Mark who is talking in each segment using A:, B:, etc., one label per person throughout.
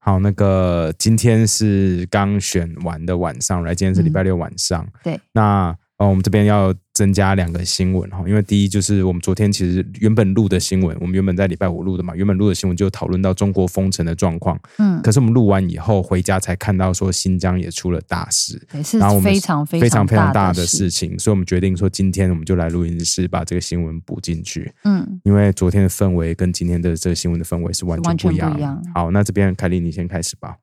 A: 好，那个今天是刚选完的晚上，来，今天是礼拜六晚上。
B: 对，
A: 那呃，我们这边要增加两个新闻哈，因为第一就是我们昨天其实原本录的新闻，我们原本在礼拜五录的嘛，原本录的新闻就讨论到中国封城的状况，
B: 嗯，
A: 可是我们录完以后回家才看到说新疆也出了大事。
B: 对，是
A: 然后我们
B: 非常非
A: 非常非常大
B: 大
A: 的事，情，所以我们决定说，今天我们就来录音室把这个新闻补进去，
B: 嗯，
A: 因为昨天的氛围跟今天的这个新闻的氛围是完全
B: 完
A: 不
B: 全
A: 一样。
B: 不一样
A: 好，那这边凯莉你先开始吧。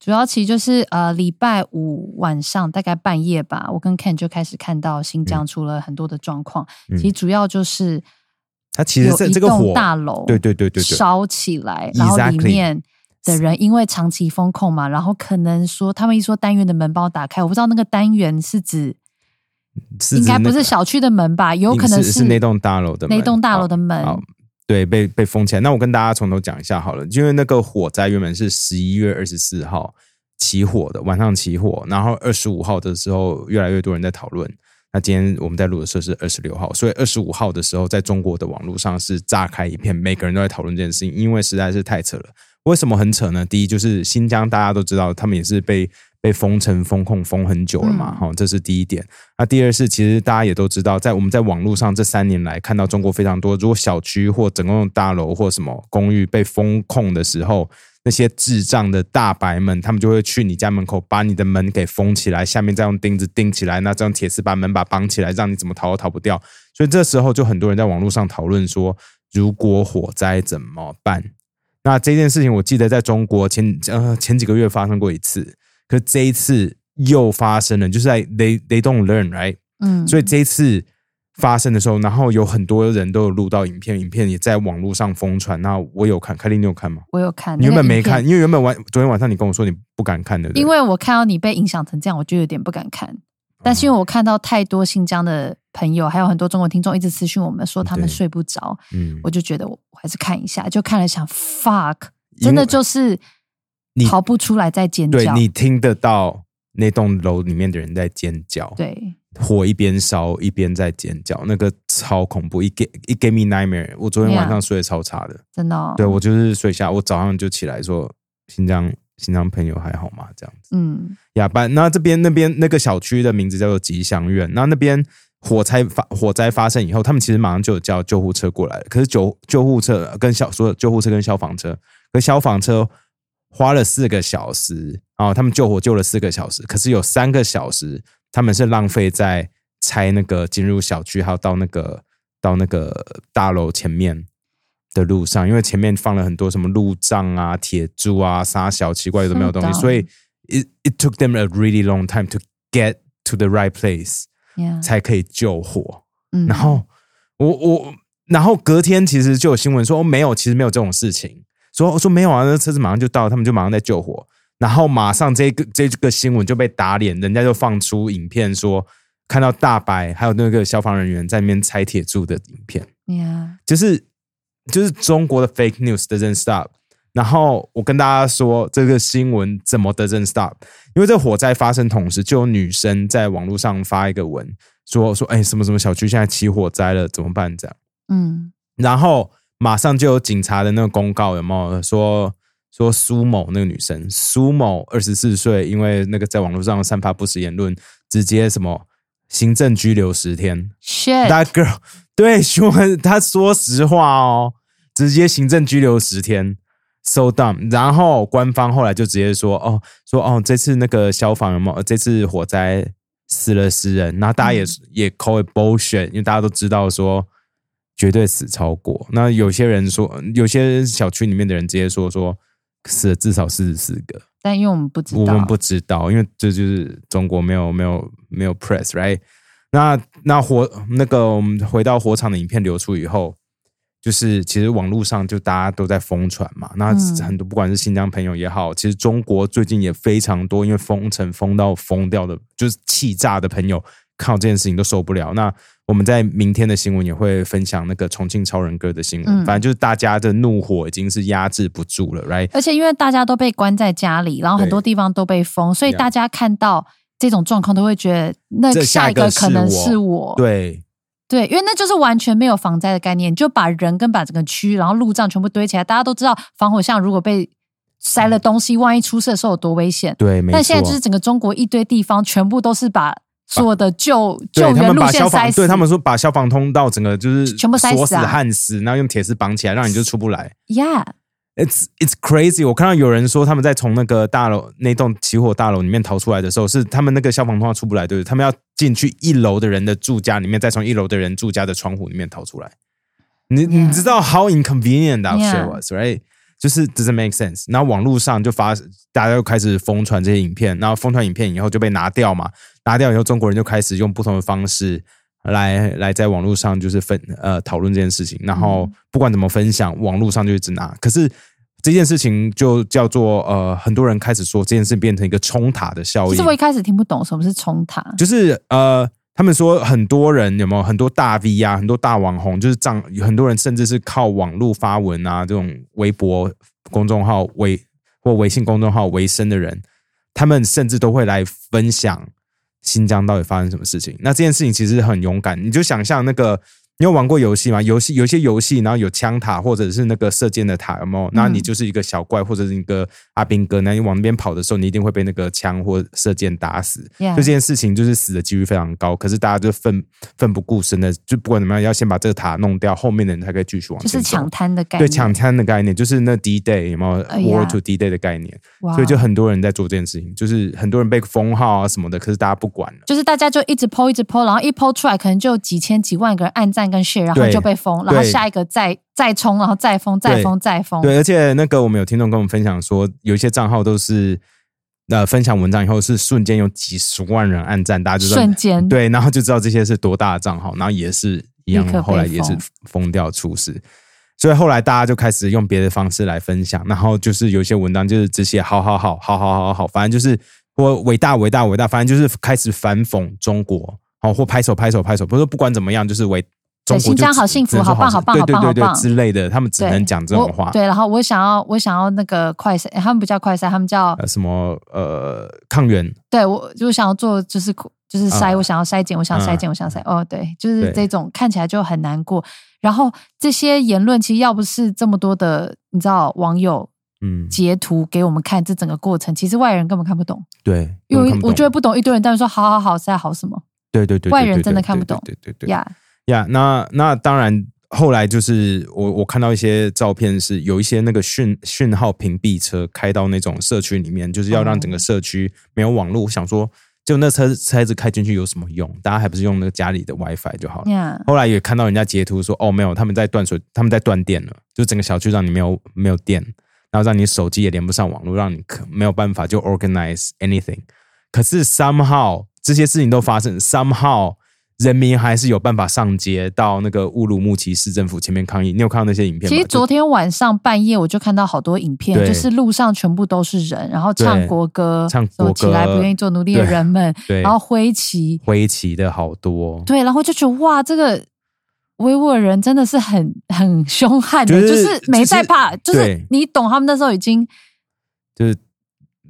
B: 主要其实就是呃，礼拜五晚上大概半夜吧，我跟 Ken 就开始看到新疆出了很多的状况，
A: 嗯
B: 其实主要就是
A: 它其实
B: 有
A: 这
B: 一
A: 这个火
B: 栋大楼，
A: 对对对对对，
B: 烧起来，然后里
A: Exactly
B: 面的人因为长期封控嘛，然后可能说他们一说单元的门帮我打开，我不知道那个单元是指
A: 是
B: 应
A: 指
B: 该不
A: 那
B: 是
A: 个
B: 小区的门吧，有
A: 应
B: 可能
A: 是那栋大楼的
B: 那
A: 门
B: 栋大楼的
A: 好好
B: 门，
A: 对，被被封起来。那我跟大家从头讲一下好了，因为那个火灾原本是十一月二十四号起火的，晚上起火，然后二十五号的时候，越来越多人在讨论。那今天我们在录的时候是二十六号，所以二十五号的时候，在中国的网络上是炸开一片，每个人都在讨论这件事情，因为实在是太扯了。为什么很扯呢？第一就是新疆，大家都知道，他们也是被被封城、封控、封很久了嘛，
B: 嗯
A: 哈、这是第一点。那第二是，其实大家也都知道，在我们在网络上这三年来看到中国非常多，如果小区或整栋大楼或什么公寓被封控的时候，那些智障的大白们，他们就会去你家门口把你的门给封起来，下面再用钉子钉起来，那这样铁丝把门把绑起来，让你怎么逃都逃不掉。所以这时候就很多人在网络上讨论说，如果火灾怎么办？那这件事情我记得在中国前呃前几个月发生过一次，可是这一次又发生了，就是在 they they don't learn right，
B: 嗯，
A: 所以这一次发生的时候，然后有很多人都有录到影片，影片也在网络上疯传。那我有看，凯莉你有看吗？
B: 我有看，
A: 你原本没
B: 看。
A: 看，因为原本晚昨天晚上你跟我说你不敢看的，对不对
B: 因为我看到你被影响成这样，我就有点不敢看。但是因为我看到太多新疆的朋友，还有很多中国听众一直私讯我们说他们
A: 对
B: 睡不着，
A: 嗯
B: 我就觉得我我还是看一下，就看了想 fuck，
A: 因为
B: 真的就是
A: 你
B: 逃不出来再尖
A: 对
B: 叫，
A: 你听得到那栋楼里面的人在尖叫，
B: 对
A: 火一边烧一边在尖叫，那个超恐怖，一 g 一 gave me nightmare。我昨天晚上睡得超差的
B: 真的、哦，
A: 对我就是睡下，我早上就起来说新疆新疆朋友还好吗？这样子。
B: 嗯，
A: 雅班。那这边那边那个小区的名字叫做吉祥苑。那那边火灾发火灾发生以后，他们其实马上就有叫救护车过来了。可是救救护车跟消所有救护车跟消防车，可消防车花了四个小时啊、哦，他们救火救了四个小时，可是有三个小时他们是浪费在拆那个进入小区，还有到那个到那个大楼前面。的路上，因为前面放了很多什么路障啊、铁柱啊、啥小奇怪有的没有东西，
B: 是的
A: 所以 it it took them a really long time to get to the right place
B: yeah,
A: 才可以救火。
B: 嗯，
A: 然后我我然后隔天其实就有新闻说、哦、没有，其实没有这种事情。说我说没有啊，那车子马上就到了，他们就马上在救火。然后马上这个这个新闻就被打脸，人家就放出影片说看到大白还有那个消防人员在那边拆铁柱的影片。
B: yeah,
A: 就是就是中国的 fake news doesn't stop。然后我跟大家说，这个新闻怎么 doesn't stop？因为这火灾发生同时，就有女生在网络上发一个文，说说哎什么什么小区现在起火灾了，怎么办？这样，
B: 嗯
A: 然后马上就有警察的那个公告，有没有说说苏某那个女生，苏某二十四岁，因为那个在网络上散发不实言论，直接什么行政拘留十天，
B: ，shit，
A: That girl，对， 询问他说实话哦，直接行政拘留十天，so dumb。然后官方后来就直接说，哦，说哦，这次那个消防有没有？呃这次火灾死了十人，然后大家也、也 call it bullshit，因为大家都知道说绝对死超过。那有些人说，有些小区里面的人直接说说死了至少四十四个，
B: 但因为我们不知道，
A: 我们不知道，因为这就是中国没有没有没有 press，right？那那火那个我们回到火场的影片流出以后，就是其实网络上就大家都在疯传嘛，那
B: 嗯
A: 很多不管是新疆朋友也好，其实中国最近也非常多，因为封城封到疯掉的，就是气炸的朋友。看到这件事情都受不了。那我们在明天的新闻也会分享那个重庆超人哥的新闻，
B: 嗯
A: 反正就是大家的怒火已经是压制不住了，right？
B: 而且因为大家都被关在家里，然后很多地方都被封，所以
A: Yeah
B: 大家看到这种状况都会觉得，那
A: 这下
B: 下
A: 一
B: 一
A: 个
B: 个可能
A: 是我
B: 是我。
A: 对，
B: 对，因为那就是完全没有防灾的概念，你就把人跟把整个区，然后路障全部堆起来，大家都知道防火巷如果被塞了东西，万一出事的时候有多危险。
A: 对，嗯没错。
B: 但现在就是整个中国一堆地方全部都是把所有的救
A: 对
B: 救
A: 他
B: 援
A: 们
B: 路
A: 把
B: 线
A: 消
B: 塞
A: 防，
B: 死
A: 对。他们说把消防通道整个就是
B: 全部塞
A: 锁
B: 死
A: 死、
B: 啊
A: 焊死，然后用铁丝绑起来，让你就出不来。
B: Yeah，
A: It's it's crazy！我看到有人说他们在从那个大楼那栋起火大楼里面逃出来的时候，是他们那个消防通道出不来，对不对？他们要进去一楼的人的住家里面，再从一楼的人住家的窗户里面逃出来。你你
B: Yeah.
A: 知道 how inconvenient that shit
B: Yeah.
A: was, right？就是 doesn't make sense。然后网络上就发，大家又开始疯传这些影片，然后疯传影片以后就被拿掉嘛，拿掉以后中国人就开始用不同的方式来来在网络上就是分呃讨论这件事情，然后不管怎么分享，网络上就一直拿。可是这件事情就叫做呃，很多人开始说这件事变成一个冲塔的效
B: 其实
A: 应
B: 我，一开始听不懂什么是冲塔，
A: 就是呃。他们说很多人有没有很多大 V 啊，很多大网红，就是账很多人甚至是靠网络发文啊，这种微博公众号微或微信公众号为生的人，他们甚至都会来分享新疆到底发生什么事情。那这件事情其实很勇敢，你就想象那个，你有玩过游戏吗？游戏有一些游戏，然后有枪塔或者是那个射箭的塔，有没有？那你就是一个小怪或者是一个阿兵哥，那你往那边跑的时候，你一定会被那个枪或射箭打死。
B: Yeah
A: 就这件事情，就是死的几率非常高。可是大家就奋奋不顾身的，就不管怎么样，要先把这个塔弄掉，后面的人才可以继续往
B: 就
A: 前走。
B: 是抢滩的概
A: 对
B: 念。
A: 抢滩的概念，就是那 D Day 有没有
B: 哎呀
A: World to D Day 的概念？
B: 哇
A: 所以就很多人在做这件事情，就是很多人被封号啊什么的，可是大家不管了。
B: 就是大家就一直 PO 一直 PO，然后一 PO 出来，可能就有几千几万个人按赞跟 share，然后
A: 对
B: 就被封，然后
A: 对
B: 下一个再再冲，然后再封，再封，再封。
A: 对，而且那个我们有听众跟我们分享说，有一些账号都是呃分享文章以后是瞬间有几十万人按赞，大家就知道
B: 瞬间
A: 对，然后就知道这些是多大的账号，然后也是一样
B: 立刻，被
A: 后来也是
B: 封
A: 封掉出事。所以后来大家就开始用别的方式来分享，然后就是有一些文章就是只写好好好好好好好，反正就是或伟大伟大伟大，反正就是开始反讽中国，哦或拍手拍手拍手，不是不管怎么样就是伟中国
B: 新
A: 就
B: 疆
A: 只
B: 好幸福
A: 只能说
B: 好棒
A: 幸
B: 好棒
A: 对
B: 好
A: 对
B: 棒
A: 对
B: 好
A: 对
B: 棒
A: 之类的，他们只
B: 对
A: 能讲这种话
B: 我。对，然后我想要，我想要那个快筛，诶他们不叫快筛，他们叫、
A: 呃什么呃抗原，
B: 对我，就想要做就是就是筛，
A: 嗯
B: 我想要筛检，我想要筛检，我想要筛。哦，对，就是
A: 对
B: 这种看起来就很难过。然后这些言论，其实要不是这么多的，你知道网友
A: 嗯，
B: 截图给我们看这整个过程，其实外人根本看不懂，
A: 对，
B: 因
A: 根
B: 为
A: 本看不
B: 我
A: 懂
B: 觉得不懂一堆人，但是说好好好筛好什么
A: 对对对，对
B: 外人
A: 对
B: 真的
A: 对
B: 看
A: 对
B: 不
A: 对
B: 懂
A: 对对对
B: 呀
A: 呀那那当然，后来就是我我看到一些照片是有一些那个讯讯号屏蔽车开到那种社区里面，就是要让整个社区没有网络。我想说，就那车车子开进去有什么用？大家还不是用那个家里的 WiFi 就好了。
B: 呀。
A: 后来也看到人家截图说，哦，没有，他们在断水，他们在断电了，就整个小区让你没有没有电，然后让你手机也连不上网络，让你可没有办法就 organize anything。可是 somehow 这些事情都发生，somehow 人民还是有办法上街到那个乌鲁木齐市政府前面抗议。你有看到那些影片吗？
B: 其实昨天晚上半夜我就看到好多影片，
A: 对
B: 就是路上全部都是人，然后唱
A: 对
B: 国歌，
A: 唱
B: 什么
A: 国
B: 起来
A: 歌
B: 不愿意做奴隶的
A: 对
B: 人们，
A: 就对
B: 然后挥旗，
A: 挥旗的好多，
B: 对，然后就觉得哇，这个维吾尔人真的是很很凶悍的，
A: 就
B: 就是是没在怕，
A: 就
B: 就是是你懂他们那时候已经
A: 就是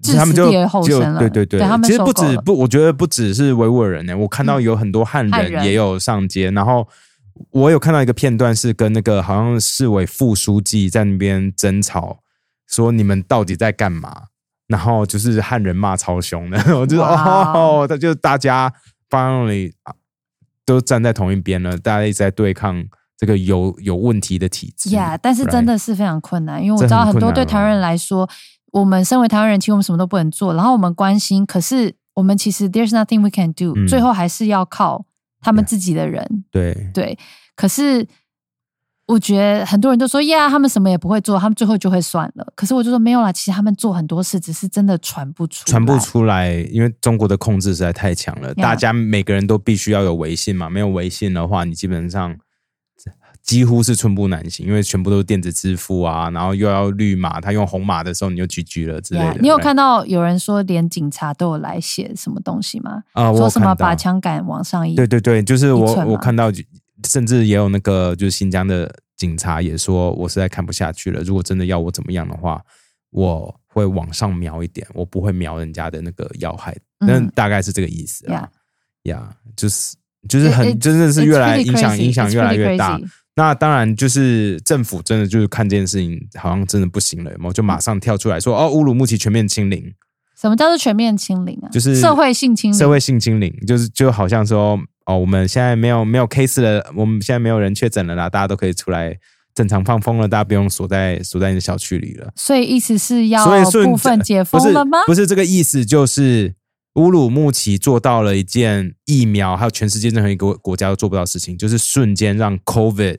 B: 置
A: 他们
B: 之
A: 就
B: 地而后
A: 就
B: 生了
A: 对对对，
B: 对他们
A: 其实
B: 受
A: 不
B: 够
A: 止
B: 了嗯
A: 不，我觉得不只是维吾尔人呢、欸我看到有很多汉
B: 汉
A: 人
B: 人
A: 也有上街，然后我有看到一个片段是跟那个好像市委副书记在那边争吵，说你们到底在干嘛？然后就是汉人骂超凶的， 我就
B: 哇
A: 哦，他就是大家 finally 啊都站在同一边了，大家一直在对抗这个有有问题的体制。
B: 呀但是
A: right
B: 真的是非常困难，因为我
A: 这
B: 知道
A: 很
B: 很
A: 困
B: 多
A: 难
B: 对
A: 哦
B: 台湾人来说，我们身为台湾人，其实我们什么都不能做，然后我们关心，可是我们其实 there's nothing we can do，、
A: 嗯
B: 最后还是要靠他们
A: 对
B: 自己的人，
A: 对
B: 对，可是。我觉得很多人都说呀，他们什么也不会做，他们最后就会算了。可是我就说没有啦，其实他们做很多事，只是真的传不出来，
A: 传不出来，因为中国的控制实在太强了
B: Yeah
A: 大家每个人都必须要有微信嘛，没有微信的话，你基本上几乎是寸步难行，因为全部都是电子支付啊，然后又要绿码，他用红码的时候你就 GG 了之类
B: Yeah，
A: 的。
B: 你有
A: right？
B: 看到有人说连警察都有来写什么东西吗？
A: 啊？我有
B: 说什么
A: 看到
B: 把枪杆往上移？
A: 对对对，就是
B: 一
A: 我
B: 寸
A: 我
B: 嘛
A: 看到，甚至也有那个就是新疆的警察也说，我实在看不下去了。如果真的要我怎么样的话，我会往上瞄一点，我不会瞄人家的那个要害。那、
B: 嗯
A: 大概是这个意思啦。
B: 呀
A: 呀就是就是
B: It-
A: 很
B: it's-
A: 真的是
B: It's
A: 越来
B: really
A: 影响
B: crazy,
A: 影响
B: it's
A: 越来越
B: really
A: 大
B: crazy。
A: 那当然就是政府真的就是看这件事情好像真的不行了，有没有就马上跳出来说哦，乌鲁木齐全面清零，
B: 什么叫做全面清零啊？
A: 就是
B: 社会性清零，
A: 社会性清零，就是就好像说哦，我们现在没有没有 case 了，我们现在没有人确诊了啦，大家都可以出来正常放风了，大家不用锁在锁在你的小区里了。
B: 所以意思是要
A: 所以顺
B: 部分解
A: 不
B: 封
A: 是
B: 了吗？
A: 不是这个意思，就是乌鲁木齐做到了一件疫苗还有全世界任何一个国家都做不到的事情，就是瞬间让 COVID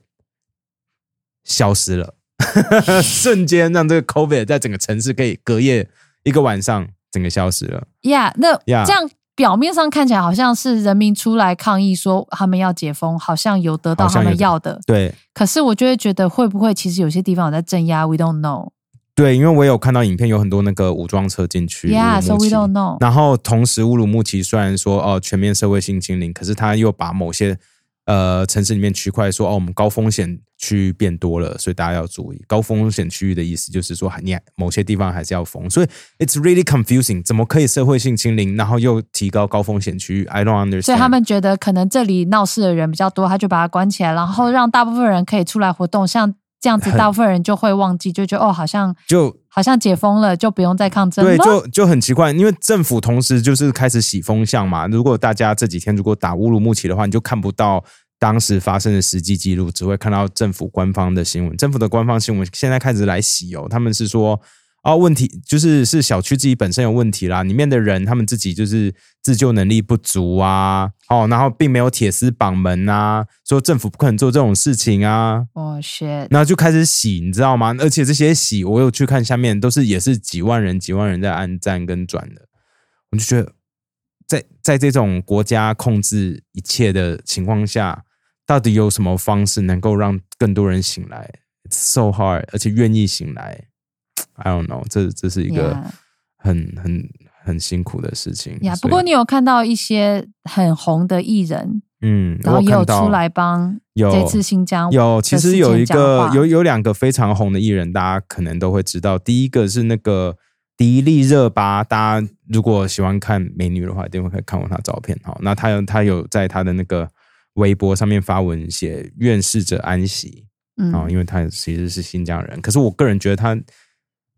A: 消失了， 瞬间让这个 COVID 在整个城市可以隔夜一个晚上整个消失了。
B: 呀那
A: Yeah
B: 这样表面上看起来好像是人民出来抗议说他们要解封，好像有得到
A: 好像有
B: 他们
A: 得
B: 要的，
A: 对
B: 可是我就会觉得会不会其实有些地方有在镇压？We
A: 嗯
B: don't know。
A: 对，因为我有看到影片，有很多那个武装车进去乌鲁木
B: Yeah,
A: 齐。
B: so we don't know。
A: 然后同时，乌鲁木齐虽然说哦全面社会性清零，可是他又把某些呃城市里面区块说哦我们高风险区域变多了，所以大家要注意。高风险区域的意思就是说还你还某些地方还是要封，所以 it's really confusing，怎么可以社会性清零，然后又提高高风险区域？I don't understand。
B: 所以他们觉得可能这里闹事的人比较多，他就把它关起来，然后让大部分人可以出来活动。像这样子，大部分人就会忘记，就觉得哦，好像
A: 就
B: 好像解封了，就不用再抗争了。
A: 对，就就很奇怪，因为政府同时就是开始洗风向嘛。如果大家这几天如果打乌鲁木齐的话，你就看不到当时发生的实际记录，只会看到政府官方的新闻。政府的官方新闻现在开始来洗哦，他们是说。啊，问题就是是小区自己本身有问题啦，里面的人他们自己就是自救能力不足啊，哦，然后并没有铁丝绑门啊，说政府不可能做这种事情啊，
B: 哦、shit，
A: 然后就开始洗，你知道吗？而且这些洗，我有去看下面，都是也是几万人、几万人在按赞跟转的，我就觉得在在这种国家控制一切的情况下，到底有什么方式能够让更多人醒来？It's so hard，而且愿意醒来。I don't know，这这是一个
B: Yeah
A: 很很很辛苦的事情。
B: 呀、
A: 所以
B: 不过你有看到一些很红的艺人，
A: 嗯，
B: 然后
A: 我
B: 也
A: 看
B: 有
A: 到
B: 出来帮
A: 有
B: 这次新疆
A: 有，其实有一个
B: 哦的事情讲话
A: 有有两个非常红的艺人，大家可能都会知道。第一个是那个迪丽热巴，大家如果喜欢看美女的话，一定会看过她的照片。好，那她有她有在她的那个微博上面发文写“愿逝者安息”
B: 嗯
A: 啊、因为她其实是新疆人。可是我个人觉得她，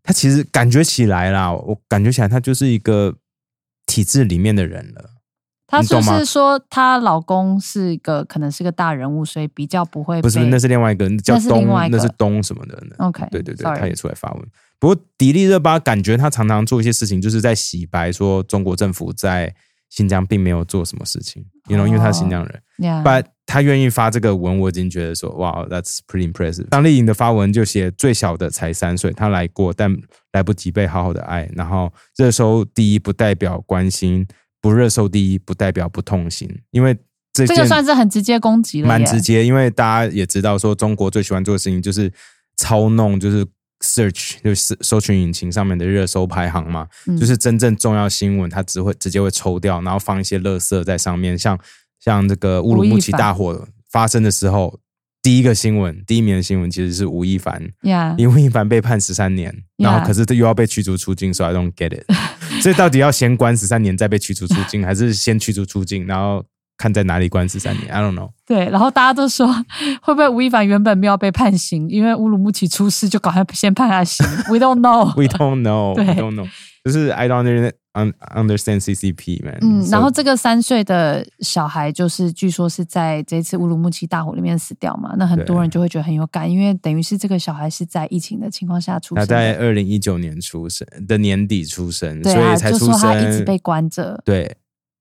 A: 她其实感觉起来啦，我感觉起来她就是一个体制里面的人了。
B: 她
A: 你
B: 是
A: 懂
B: 不
A: 吗
B: 是说她老公是一个可能是个大人物，所以比较不会
A: 不是，
B: 被
A: 那是另外一个叫
B: 那是另
A: 东
B: 外，一
A: 那是
B: 个哦
A: 东什么的呢？
B: OK，
A: 对对对，
B: sorry
A: 他也出来发文。不过迪丽热巴感觉她常常做一些事情，就是在洗白说中国政府在新疆并没有做什么事情，you know，、因为她是新疆人。
B: Yeah
A: But 她愿意发这个文，我已经觉得说，哇，that's pretty impressive。张丽颖的发文就写最小的才三岁，她来过，但来不及被好好的爱。然后热搜第一不代表关心，不热搜第一不代表不痛心，因为这
B: 这
A: 件
B: 个算是很直接攻击了耶，
A: 蛮直接，因为大家也知道说中国最喜欢做的事情就是操弄，就是 search 就是搜寻引擎上面的热搜排行嘛，
B: 嗯
A: 就是真正重要新闻，它只会直接会抽掉，然后放一些垃圾在上面，像像这个乌鲁木齐
B: 吴亦凡
A: 大火发生的时候，第一个新闻，第一名的新闻其实是吴亦凡，
B: 呀
A: 因为吴亦凡被判十三年，
B: 嗯 Yeah
A: 然后可是他又要被驱逐出境，所以 I don't get it。所以到底要先关十三年再被驱逐出境，还是先驱逐出境，然后看在哪里关十三年？I don't know。
B: 对，然后大家都说会不会吴亦凡原本没有被判刑，因为乌鲁木齐出事就赶快先判他刑？We don't know。
A: We don't know. We
B: 对
A: don't know. 就是 I don't under- un- understand CCP man.
B: 嗯，
A: So-
B: 然后这个三岁的小孩就是据说是在这次乌鲁木齐大火里面死掉嘛，那很多人就会觉得很有感，因为等于是这个小孩是在疫情的情况下出
A: 他
B: 生
A: 在
B: 的，
A: 二零一九年出生的年底出生，
B: 对
A: 所
B: 啊，
A: 以才
B: 就
A: 出
B: 说他一直
A: 生。
B: 被关着，
A: 对，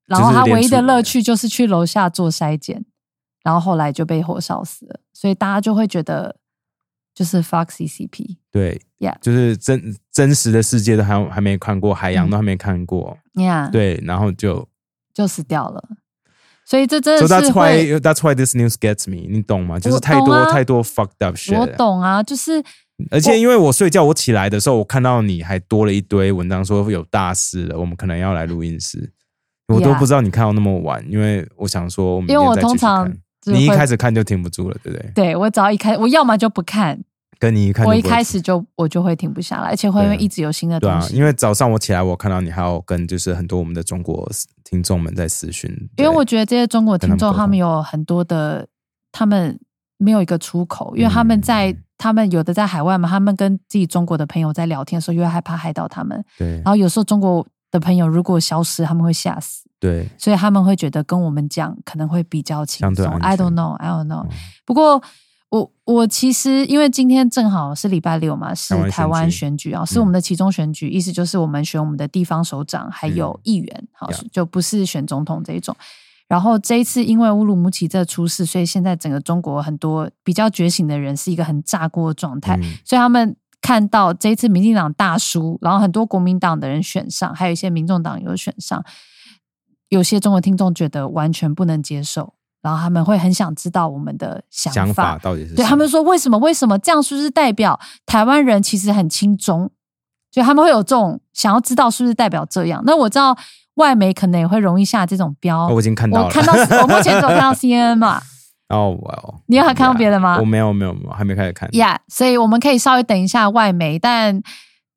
B: 然后他
A: 就是连
B: 唯一
A: 出
B: 的
A: 来
B: 乐趣就是去楼下做筛检，然后后来就被火烧死了，所以大家就会觉得就是 fuck CCP。
A: 对
B: Yeah
A: 就是真真实的世界都还还没看过，海
B: 嗯
A: 洋都还没看过。
B: Yeah，
A: 对，然后就
B: 就死掉了。所以这真
A: So
B: 的
A: that's
B: 是
A: why
B: 会，
A: that's why this news gets me，你懂吗？就是
B: 我
A: 太多、
B: 懂啊
A: 太多 fucked up shit。
B: 我懂啊，就是
A: 而且因为我睡觉，我起来的时候，我看到你还多了一堆文章，说有大事了，我们可能要来录音室。我都
B: Yeah
A: 不知道你看到那么晚，因为我想说，明
B: 因
A: 天
B: 为我
A: 再继续
B: 通常
A: 看
B: 只
A: 你一
B: 会
A: 开始看就停不住了，对不对？
B: 对我只要一开，我要么就不看，
A: 跟你一看就
B: 我
A: 不
B: 一
A: 会
B: 开始就我就会停不下来，而且会因为
A: 对啊
B: 一直有新的
A: 对
B: 东
A: 啊，
B: 西。
A: 因为早上我起来，我看到你还有跟就是很多我们的中国听众们在私讯，
B: 因
A: 对
B: 为我觉得这些中国听
A: 跟他们沟
B: 众
A: 通
B: 他们有很多的，他们没有一个出口，因为他们在、
A: 嗯
B: 他们有的在海外嘛，他们跟自己中国的朋友在聊天的时候，又害怕害到他们，
A: 对
B: 然后有时候中国的朋友如果消失，他们会吓死。
A: 对，
B: 所以他们会觉得跟我们讲可能会比较轻
A: 相对
B: 松。
A: 安全
B: I don't know, I don't know、
A: 嗯
B: 不过我我其实因为今天正好是礼拜六嘛，是
A: 台湾选举嗯
B: 台湾选举啊，是我们的其中选举，意思就是我们选我们的地方首长还有议员，好
A: 嗯 Yeah
B: 就不是选总统这一种。然后这一次因为乌鲁木齐这出事，所以现在整个中国很多比较觉醒的人是一个很炸锅的状态，
A: 嗯
B: 所以他们看到这一次民进党大输，然后很多国民党的人选上，还有一些民众党有选上，有些中国听众觉得完全不能接受，然后他们会很想知道我们的想法。
A: 想法到底是
B: 对
A: 什
B: 他们
A: 么
B: 说，为什么？为什么这样？是不是代表台湾人其实很轻中？就他们会有这种想要知道是不是代表这样？那我知道外媒可能也会容易下这种标。
A: 哦我已经看到
B: 我
A: 了，
B: 看到我目前只有看到 CNN 嘛，
A: 哦，哇哦，
B: 你有还看到别的吗
A: 我没有，没有，没有还没开始看。
B: Yeah，所以我们可以稍微等一下外媒，但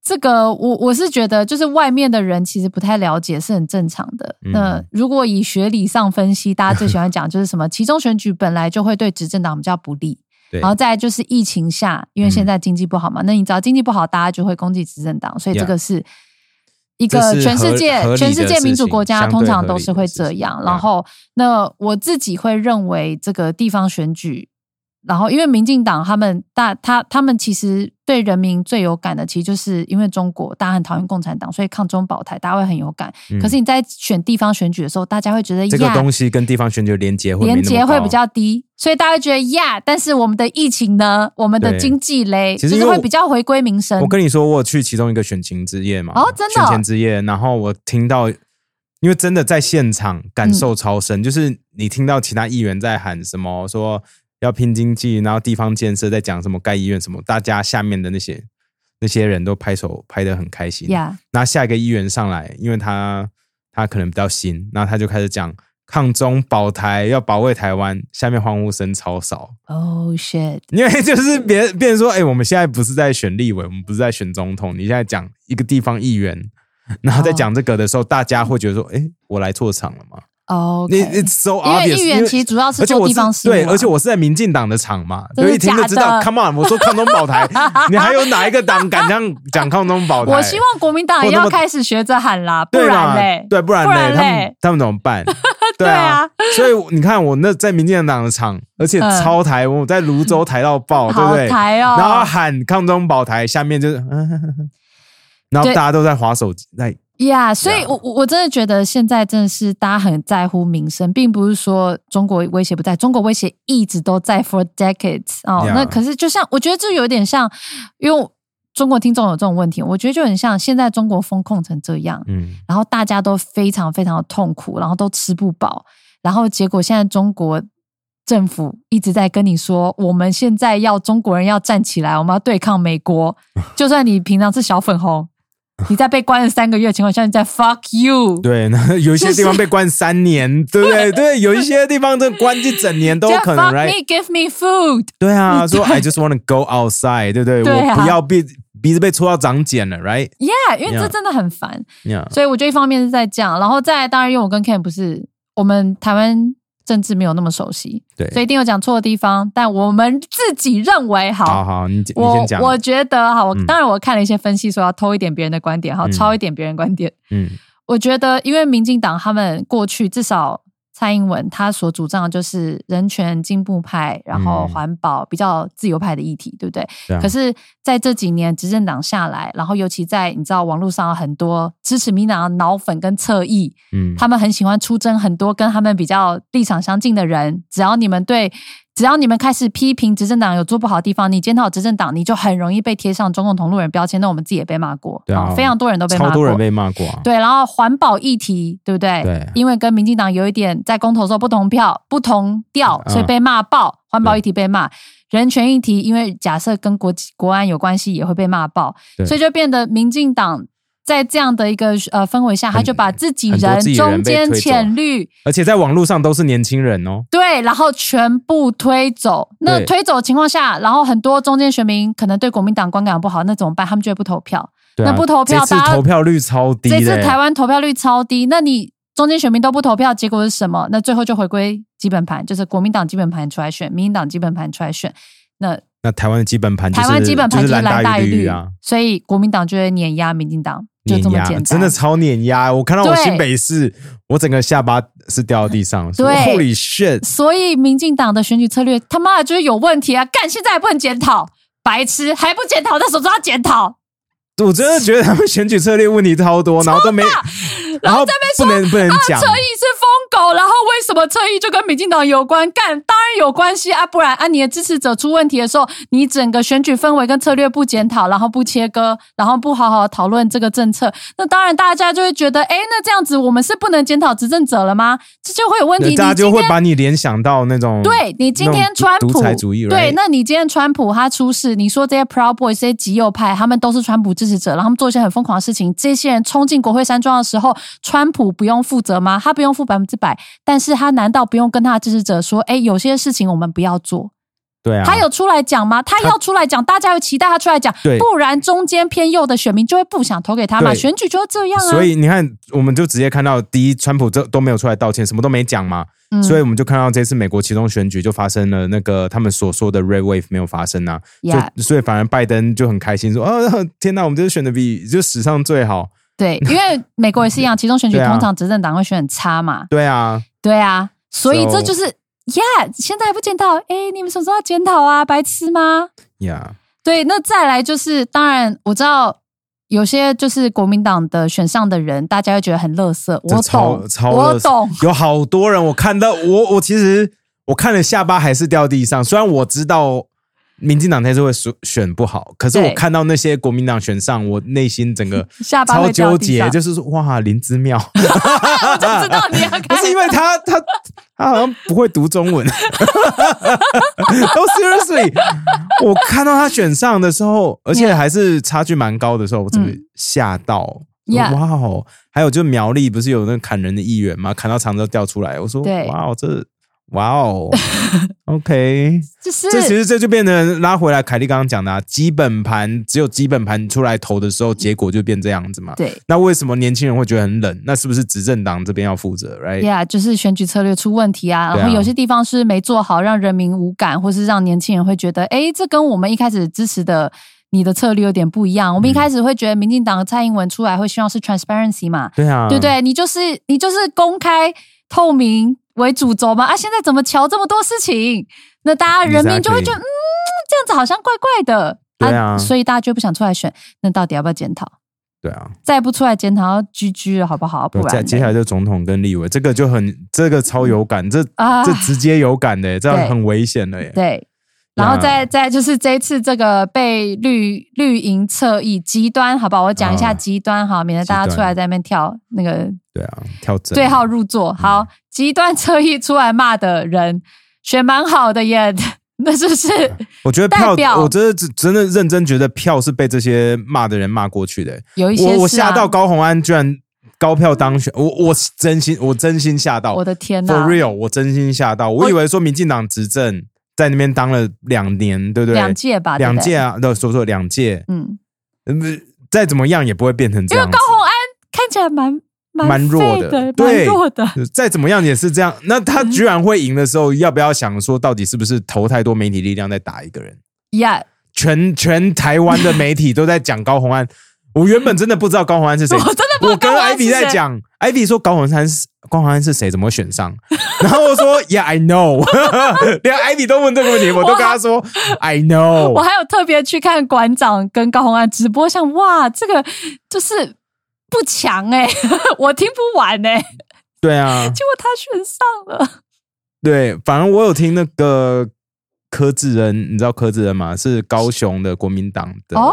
B: 这个我我是觉得，就是外面的人其实不太了解是很正常的。
A: 嗯
B: 那如果以学理上分析，大家最喜欢讲就是 什么？其中选举本来就会对执政党比较不利，
A: 对，嗯
B: 然后再来就是疫情下，因为现在经济不好嘛，那你只要经济不好，大家就会攻击执政党，所以这个是一个
A: 这是
B: 全世界
A: 合合理的
B: 全世界民主国
A: 事
B: 家
A: 情
B: 通常都是会这样
A: 相对合理的事。情
B: 然后，那我自己会认为这个地方选举，然后因为民进党他们大他他们其实对人民最有感的，其实就是因为中国大家很讨厌共产党，所以抗中保台大家会很有感。
A: 嗯
B: 可是你在选地方选举的时候，大家会觉得
A: 这个
B: 哎呀
A: 东西跟地方选举连接会没那
B: 连
A: 么
B: 接会
A: 高
B: 比。较低，所以大家会觉得呀，但是我们的疫情呢，我们的
A: 对
B: 经济嘞，
A: 其
B: 就
A: 实
B: 是
A: 因为
B: 会比较回归民生
A: 我。跟你说，我有去其中一个选情之夜嘛，
B: 哦真的
A: 选前之夜，然后我听到，因为真的在现场感受超
B: 嗯
A: 深，就是你听到其他议员在喊什么说要拼经济，然后地方建设在讲什么盖医院什么，大家下面的那些那些人都拍手拍得很开心，
B: 呀，
A: 那下一个议员上来，因为他他可能比较新，那他就开始讲抗中保台，要保卫台湾。下面欢呼声超少，
B: 哦 shit，
A: 因为就是别别人说，哎、我们现在不是在选立委，我们不是在选总统，你现在讲一个地方议员，然后在讲这个的时候，大家会觉得说，哎、我来错场了嘛？
B: 哦，
A: 你 it's so
B: 因
A: obvious，
B: 为议员其实主要是
A: 而且
B: 做
A: 我
B: 地
A: 是
B: 方事务啊，
A: 对，而且我是在民进党的场嘛，
B: 真
A: 所
B: 的
A: 以听
B: 假
A: 就
B: 的
A: 知道。Come on，我说抗中保 台，你还有哪一个党敢这样讲抗中保台？
B: 我希望国民党
A: 我
B: 也
A: 那么
B: 要开始学着喊啦，不
A: 对
B: 然
A: 嘛
B: 嘞，
A: 对，不然
B: 不然
A: 嘞，他们
B: 嘞
A: 他们怎么 办？对
B: 对
A: 啊
B: 啊，
A: 所以我你看我那在民进党的场，而且
B: 嗯
A: 超台，我在泸州台到爆，对不
B: 好
A: 对？
B: 台
A: 然后
B: 哦，
A: 喊抗中保台，下面就是， 嗯然后
B: 对
A: 大家都在划手机，在
B: 呀，所以
A: Yeah
B: 我我我真的觉得现在真的是大家很在乎民生，并不是说中国威胁不在，中国威胁一直都在 for decades 哦。
A: Yeah
B: 那可是就像我觉得这有点像，因为中国听众有这种问题，我觉得就很像现在中国风控成这样，
A: 嗯，
B: 然后大家都非常非常的痛苦，然后都吃不饱，然后结果现在中国政府一直在跟你说，我们现在要中国人要站起来，我们要对抗 美国。就算你平常是小粉红，你在被关了三个月的情况下，你在 fuck you，
A: 对，那有一些地方被关三年，对不对？对，有一些地方这关一整年都有
B: 就
A: 可能
B: fuck
A: ，right？
B: me，give me food。
A: 对 啊，说 I just want to go outside，对不对？
B: 对啊
A: 我不要被鼻子被戳到长茧了，right？Yeah，
B: Yeah，因为这真的很烦。所以我觉得一方面是在这样，然后再来当然，因为我跟 Ken 不是我们台湾政治没有那么熟悉，
A: 对
B: 所以一定有讲错的地方。但我们自己认为好，
A: 好好，你你
B: 我
A: 先讲，
B: 我觉得哈，我、
A: 嗯
B: 当然我看了一些分析，说要偷一点别人的观点，哈，
A: 嗯
B: 抄一点别人观点。
A: 嗯
B: 我觉得，因为民进党他们过去至少蔡英文他所主张的就是人权进步派，然后
A: 嗯
B: 环保比较自由派的议题，对不对？
A: 对啊
B: 可是在这几年执政党下来，然后尤其在你知道网络上有很多支持民进党的脑粉跟侧翼，
A: 嗯，
B: 他们很喜欢出征很多跟他们比较立场相近的人，只要你们对。只要你们开始批评执政党有做不好的地方，你检讨执政党，你就很容易被贴上中共同路人标签。那我们自己也被骂过，
A: 对啊
B: 好非常多人都被骂
A: 超
B: 过，
A: 多人被骂过啊，
B: 对，然后环保议题，对不对？
A: 对
B: 因为跟民进党有一点在公投的时候不同票、不同调，
A: 嗯
B: 所以被骂爆。环保议题被骂，人权议题因为假设跟国际国安有关系，也会被骂爆
A: 对，
B: 所以就变得民进党。在这样的一个呃氛围下，他就把自己
A: 很多
B: 人
A: 自己人
B: 中间
A: 被推走
B: 浅绿
A: 而且在网络上都是年轻人哦，
B: 对，然后全部推走。那
A: 对
B: 推走的情况下，然后很多中间选民可能对国民党观感不好，那怎么办？他们就会不投票。
A: 对啊
B: 那不投票
A: 这次
B: 大家
A: 投票率超低的
B: 这
A: 欸，
B: 次台湾投票率超低，那你中间选民都不投票，结果是什么？那最后就回归基本盘，就是国民党基本盘出来选，民进党基本盘出来选。那
A: 那台湾的基本盘、就是，
B: 台湾基本盘
A: 就是
B: 蓝
A: 大
B: 于
A: 绿啊，
B: 所以国民党就会碾压民进党，就
A: 碾
B: 这么简
A: 压，
B: 单。
A: 真的超碾压！我看到我
B: 对
A: 新北市，我整个下巴是掉到地上，说
B: 对
A: Holy shit！
B: 所以民进党的选举策略他妈的就是有问题啊！干，现在还不能检讨，白痴还不检讨，那什么时候要检讨？
A: 我真的觉得他们选举策略问题超 多，然后都没，
B: 啊然后
A: 后不能不能讲
B: 侧，翼是疯狗，然后为什么侧翼就跟民进党有关？干，当然有关系啊！不然啊，你的支持者出问题的时候，你整个选举氛围跟策略不检讨，然后不切割，然后不好好讨论这个政策，那当然大家就会觉得，哎，那这样子我们是不能检讨执政者了吗？这就会有问题。
A: 大家
B: 你今
A: 就会
B: 天
A: 把你联想到那种
B: 对你今
A: 那
B: 天
A: 种
B: 川
A: 独
B: 普
A: 裁主义，
B: 对
A: right？，
B: 那你今天川普他出事，你说这些 Proud Boys 这些极右派，他们都是川普支持者，然后他们做一些很疯狂的事情。这些人冲进国会山庄的时候，川普不用负责吗？他不用负百分之百，但是他难道不用跟他的支持者说，哎，有些事情我们不要做？
A: 对啊，
B: 他有出来讲吗？他
A: 他
B: 要出来讲，大家会期待他出来讲
A: 对，
B: 不然中间偏右的选民就会不想投给他嘛。
A: 对
B: 选举就是这样啊，
A: 所以你看，我们就直接看到第一，川普这都没有出来道歉，什么都没讲嘛，
B: 嗯
A: 所以我们就看到这次美国其中选举就发生了那个他们所说的 red wave 没有发生啊，
B: Yeah
A: 就所以反而拜登就很开心说，哦 天哪，我们这次选的比就史上最好，
B: 对，因为美国也是一样，其中选举
A: 对啊
B: 通常执政党会选很差嘛。
A: 对啊，
B: 对啊，所以
A: So-
B: 这就是呀现在还不检讨，哎，你们什么时候要检讨啊？白痴吗？
A: 呀、
B: 对，那再来就是，当然我知道有些就是国民党的选上的人，大家会觉得很乐色，
A: 这
B: 我
A: 超
B: 懂，
A: 超
B: 我
A: 热
B: 懂，
A: 有好多人，我看到我我其实我看了下巴还是掉地上，虽然我知道。民进党那次会选选不好，可是我
B: 对
A: 看到那些国民党选上，我内心整个
B: 下巴
A: 超
B: 会掉
A: 纠
B: 地
A: 结，
B: 上
A: 就是说哇，林之妙，
B: 我就知道你要
A: 不
B: 开
A: 啊是因为他他他好像不会读中文。 都 seriously，我看到他选上的时候，而且
B: Yeah
A: 还是差距蛮高的时候，我真的
B: 嗯
A: 吓到。
B: Yeah
A: 哇哦！还有就苗栗不是有那个砍人的议员吗？砍到肠子都掉出来。我说
B: 对
A: 哇哦，这哇 哦，OK，
B: 就是
A: 这其实这就变成拉回来凯莉刚刚讲的、啊，基本盘只有基本盘出来投的时候，结果就变这样子嘛。
B: 对。
A: 那为什么年轻人会觉得很冷？那是不是执政党这边要负责？Right？
B: Yeah，就是选举策略出问题啊，
A: 对啊
B: 然后有些地方是没做好，让人民无感，或是让年轻人会觉得，哎，这跟我们一开始支持的你的策略有点不一样。我们一开始会觉得民进党蔡英文出来会希望是 transparency 嘛，
A: 对啊，
B: 对不对？你就是你就是公开透明为主轴嘛，啊，现在怎么瞧这么多事情？那大家人民就会觉得，
A: Exactly
B: 嗯，这样子好像怪怪的，
A: 对啊
B: 所以大家就不想出来选。那到底要不要检讨？
A: 对啊，
B: 再不出来检讨，要 GG 了好不好？
A: 对
B: 不然
A: 接
B: 嘞
A: 接下来就总统跟立委，这个就很这个超有感，这、
B: 啊
A: 这直接有感的耶，这样
B: 对
A: 很危险的耶。
B: 对，然后
A: 那
B: 再再就是这一次这个被绿绿营侧翼极端，好不好？我讲一下
A: 啊
B: 极端哈，免得大
A: 极
B: 家
A: 端
B: 出来在那边跳那个
A: 对啊，跳针
B: 对号入座。好，极端侧翼出来骂的人选蛮好的耶， 那就是
A: 我觉得
B: 代
A: 票，
B: 表
A: 我真的只真的认真觉得票是被这些骂的人骂过去的耶。
B: 有一些、
A: 我
B: 啊、
A: 我吓到，高红安居然高票当选，我我真心我真心吓到，
B: 我的啊天呐、
A: For real，我真心吓到，我以为说民进党执政在那边当了两年，对不对？
B: 两届吧，对不
A: 两
B: 对
A: 届，啊，对，说说两届，
B: 嗯，
A: 嗯，再怎么样也不会变成这
B: 因为
A: 样子
B: 高。红安看起来蛮
A: 蛮弱
B: 废
A: 的
B: 的，蛮
A: 对
B: 弱的，
A: 再怎么样也是这样，那他居然会赢的时候，要不要想说，到底是不是投太多媒体力量在打一个人？
B: 呀、
A: 全全台湾的媒体都在讲高红安， 我原本真的不知道高红安是谁
B: 我，真的不
A: 我
B: 知道
A: 跟
B: 高红
A: 艾
B: 安
A: 比
B: 是
A: 在
B: 谁
A: 讲，艾比说高洪安是高洪安是谁，怎么会选上？ 然后我说 Yeah I know，连 艾比都问这个问题，我都跟他说 I
B: 我
A: know。
B: 还有特别去看馆长跟高红安直播，想哇，这个就是不强哎、 我听不完哎、结
A: 对啊，
B: 果他选上了，
A: 对，反正我有听那个柯志恩，你知道柯志恩吗？是高雄的国民党的。
B: 哦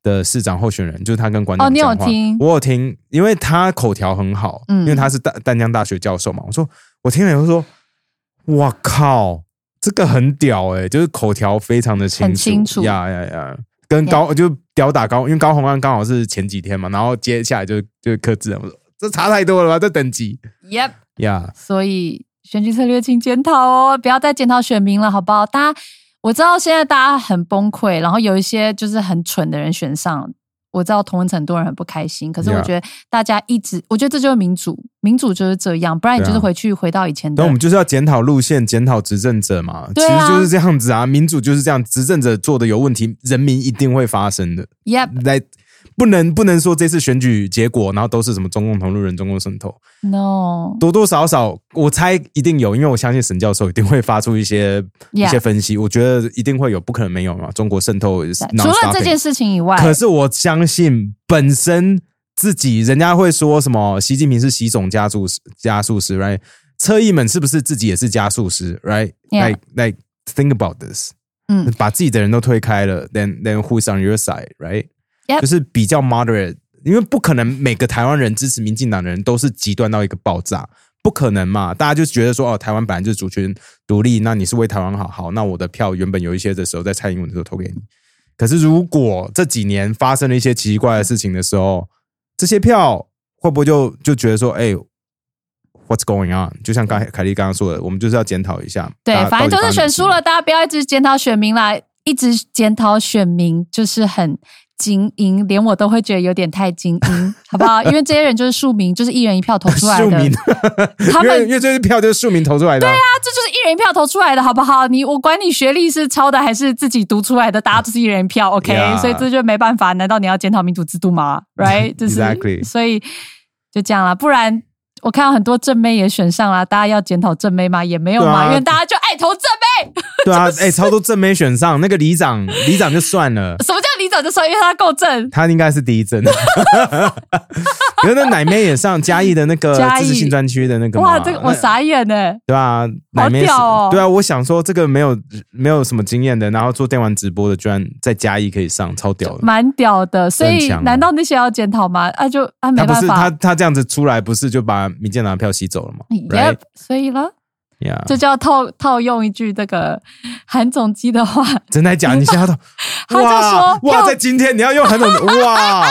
A: 的市长候选人就是他跟馆长
B: 哦你有
A: 讲话
B: 听
A: 我有听，因为他口条很好，
B: 嗯
A: 因为他是淡淡江大学教授嘛。我说我听了以后说，哇靠，这个很屌哎、就是口条非常的清楚，
B: 很清楚
A: 呀呀呀，跟高就屌打高，因为高洪安刚好是前几天嘛，然后接下来就就是柯志恩，我说这差太多了吧，这等级
B: yep，
A: 呀
B: 所以选举策略请检讨哦，不要再检讨选民了，好不好？大家我知道现在大家很崩溃，然后有一些就是很蠢的人选上，我知道同文层很多人很不开心，可是我
A: Yeah
B: 觉得大家一直，我觉得这就是民主，民主就是这样，不然你就是
A: 对啊
B: 回去回到以前的
A: 但我们就是要检讨路线，检讨执政者嘛，其
B: 对啊
A: 实就是这样子啊，民主就是这样，执政者做的有问题，人民一定会发生的。
B: Yep，
A: 来，不能不能说这次选举结果，然后都是什么中共同路人、中共渗透，
B: No，
A: 多多少少我猜一定有，因为我相信沈教授一定会发出一些一
B: Yeah
A: 些分析，我觉得一定会有，不可能没有嘛，中国渗透
B: 对除了这件
A: 事，
B: 事情以外，
A: 可是我相信本身自己，人家会说什么习近平是习总加速师加速师，right？车艺们是不是自己也是加速师，right？Like
B: Yeah
A: like think about this。
B: 嗯
A: 把自己的人都推开了，then then who's on your side, right？、
B: Yep
A: 就是比较 moderate，因为不可能每个台湾人支持民进党的人都是极端到一个爆炸，不可能嘛？大家就觉得说，哦，台湾本来就是主权独立，那你是为台湾好，好，那我的票原本有一些的时候在蔡英文的时候投给你，可是如果这几年发生了一些奇怪的事情的时候，这些票会不会就就觉得说，哎、w h a t s going on？就像刚才凯莉刚刚说的，我们就是要检讨一下。大
B: 对，
A: 家
B: 反正
A: 到底
B: 就
A: 发
B: 是
A: 生
B: 选
A: 什么
B: 输了，大家不要一直检讨选民啦，一直检讨选民就是很精英，连我都会觉得有点太精英，好不好？因为这些人就是庶民，就是一人一票投出来 的，
A: 庶民，
B: 他
A: 因为
B: 们
A: 因为这些票就是庶民投出来的啊、
B: 啊这就是一人一票投出来的，好不好？你我管你学历是抄的还是自己读出来的，大家都是一人一票，OK？、
A: Yeah
B: 所以这就没办法，难道你要检讨民主制度吗？Right？就 是
A: Exactly
B: 所以就这样啦，不然。我看到很多正妹也选上了，大家要检讨正妹吗？也没有嘛，
A: 对啊
B: 因为大家就爱投正妹。
A: 对啊，哎、超多正没选上，那个里长，里长就算了，
B: 什么叫里长就算？因为他够正。
A: 他应该是第一 正。可是那奶妹也上嘉义的那个
B: 嘉义
A: 自治性专区的那个嘛哎
B: 哇，这个我傻眼欸呢。
A: 对啊，奶妹是、
B: 屌哦
A: 对啊，我想说这个没有没有什么经验的，然后做电玩直播的，居然在嘉义可以上，超屌的。
B: 蛮屌的，所
A: 很
B: 以
A: 强哦
B: 难道那些要检讨吗？啊就，啊没
A: 他不
B: 办
A: 是他
B: 法
A: 他这样子出来，不是就把民进党的票吸走了 吗
B: y e p 所以
A: 嗯
B: 呢，
A: ？Right？Yeah，
B: 这就要套套用一句这个韩总机的话，
A: 真的 假的？你吓到？
B: 就
A: 哇
B: 说
A: 哇，
B: 票
A: 在今天你要用韩 总哇，哎、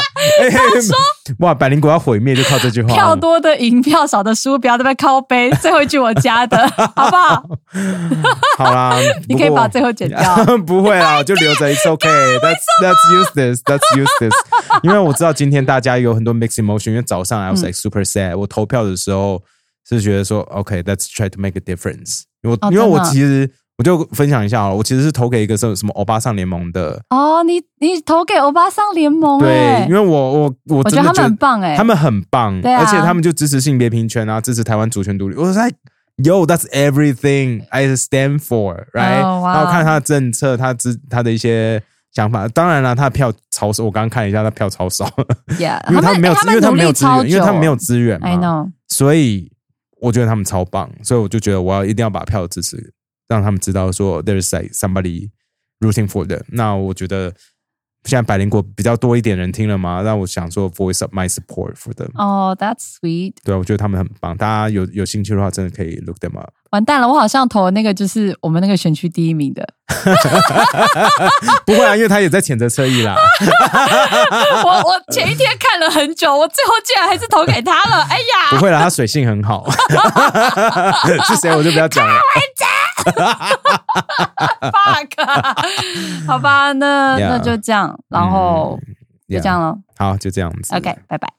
A: 哇，百灵果要毁灭就靠这句话。
B: 票多的赢，票少的输，不要在那边靠 背。最后一句我加的，好不好？
A: 好啦，
B: 你可以
A: 不过
B: 把最 后剪掉。啊
A: 不会啦，我就留着。It's okay. That's that's useless. That's useless. 因为我知道今天大家有很多 mixed emotion，因为早上 I
B: 嗯
A: was like super sad、我投票的时候是觉得说 OK, let's try to make a difference 因为我。
B: 哦
A: 因为我
B: 真的
A: 其实我就分享一下好了，我其实是投给一个什么什么欧巴桑联盟的。
B: 哦，你你投给欧巴桑联盟
A: 对
B: 哎、，
A: 因为我我我
B: 我
A: 真
B: 觉
A: 的
B: 得他们很棒哎、
A: 他们很棒，
B: 对啊
A: 而且他们就支持性别平权啊，支持台湾主权独立。我在 Yo, that's everything I stand for, right？、
B: 哦哇
A: 然后看他的政策，他之他的一些想法。当然了，他的票超少，我刚刚看了一下，他票超少，
B: Yeah，
A: 因为他们没有，
B: 哎他
A: 因为
B: 们
A: 他们
B: 努
A: 没有
B: 力
A: 资
B: 超
A: 源，
B: 久，
A: 因为他们没有嗯资源嘛
B: I know，
A: 所以我觉得他们超棒，所以我就觉得我要一定要把票支持，让他们知道说 there's like somebody rooting for them。那我觉得现在百灵果比较多一点人听了嘛，那我想说 voice up my support for them。
B: 哦、t h a t s sweet。
A: 对啊，我觉得他们很棒，大家有有兴趣的话，真的可以 look them up。
B: 完蛋了，我好像投的那个就是我们那个选区第一名的，
A: 不会啊，因为他也在谴责车 艺啦。
B: 我我前一天看了很久，我最后竟然还是投给他了。哎
A: 不
B: 呀，
A: 会啦，他水性很好。 是谁我就不要讲 了。
B: fuck，啊好吧，那
A: Yeah
B: 那就这样，然后就
A: Yeah，
B: 这样了。
A: 好，就这样子。
B: OK，拜拜。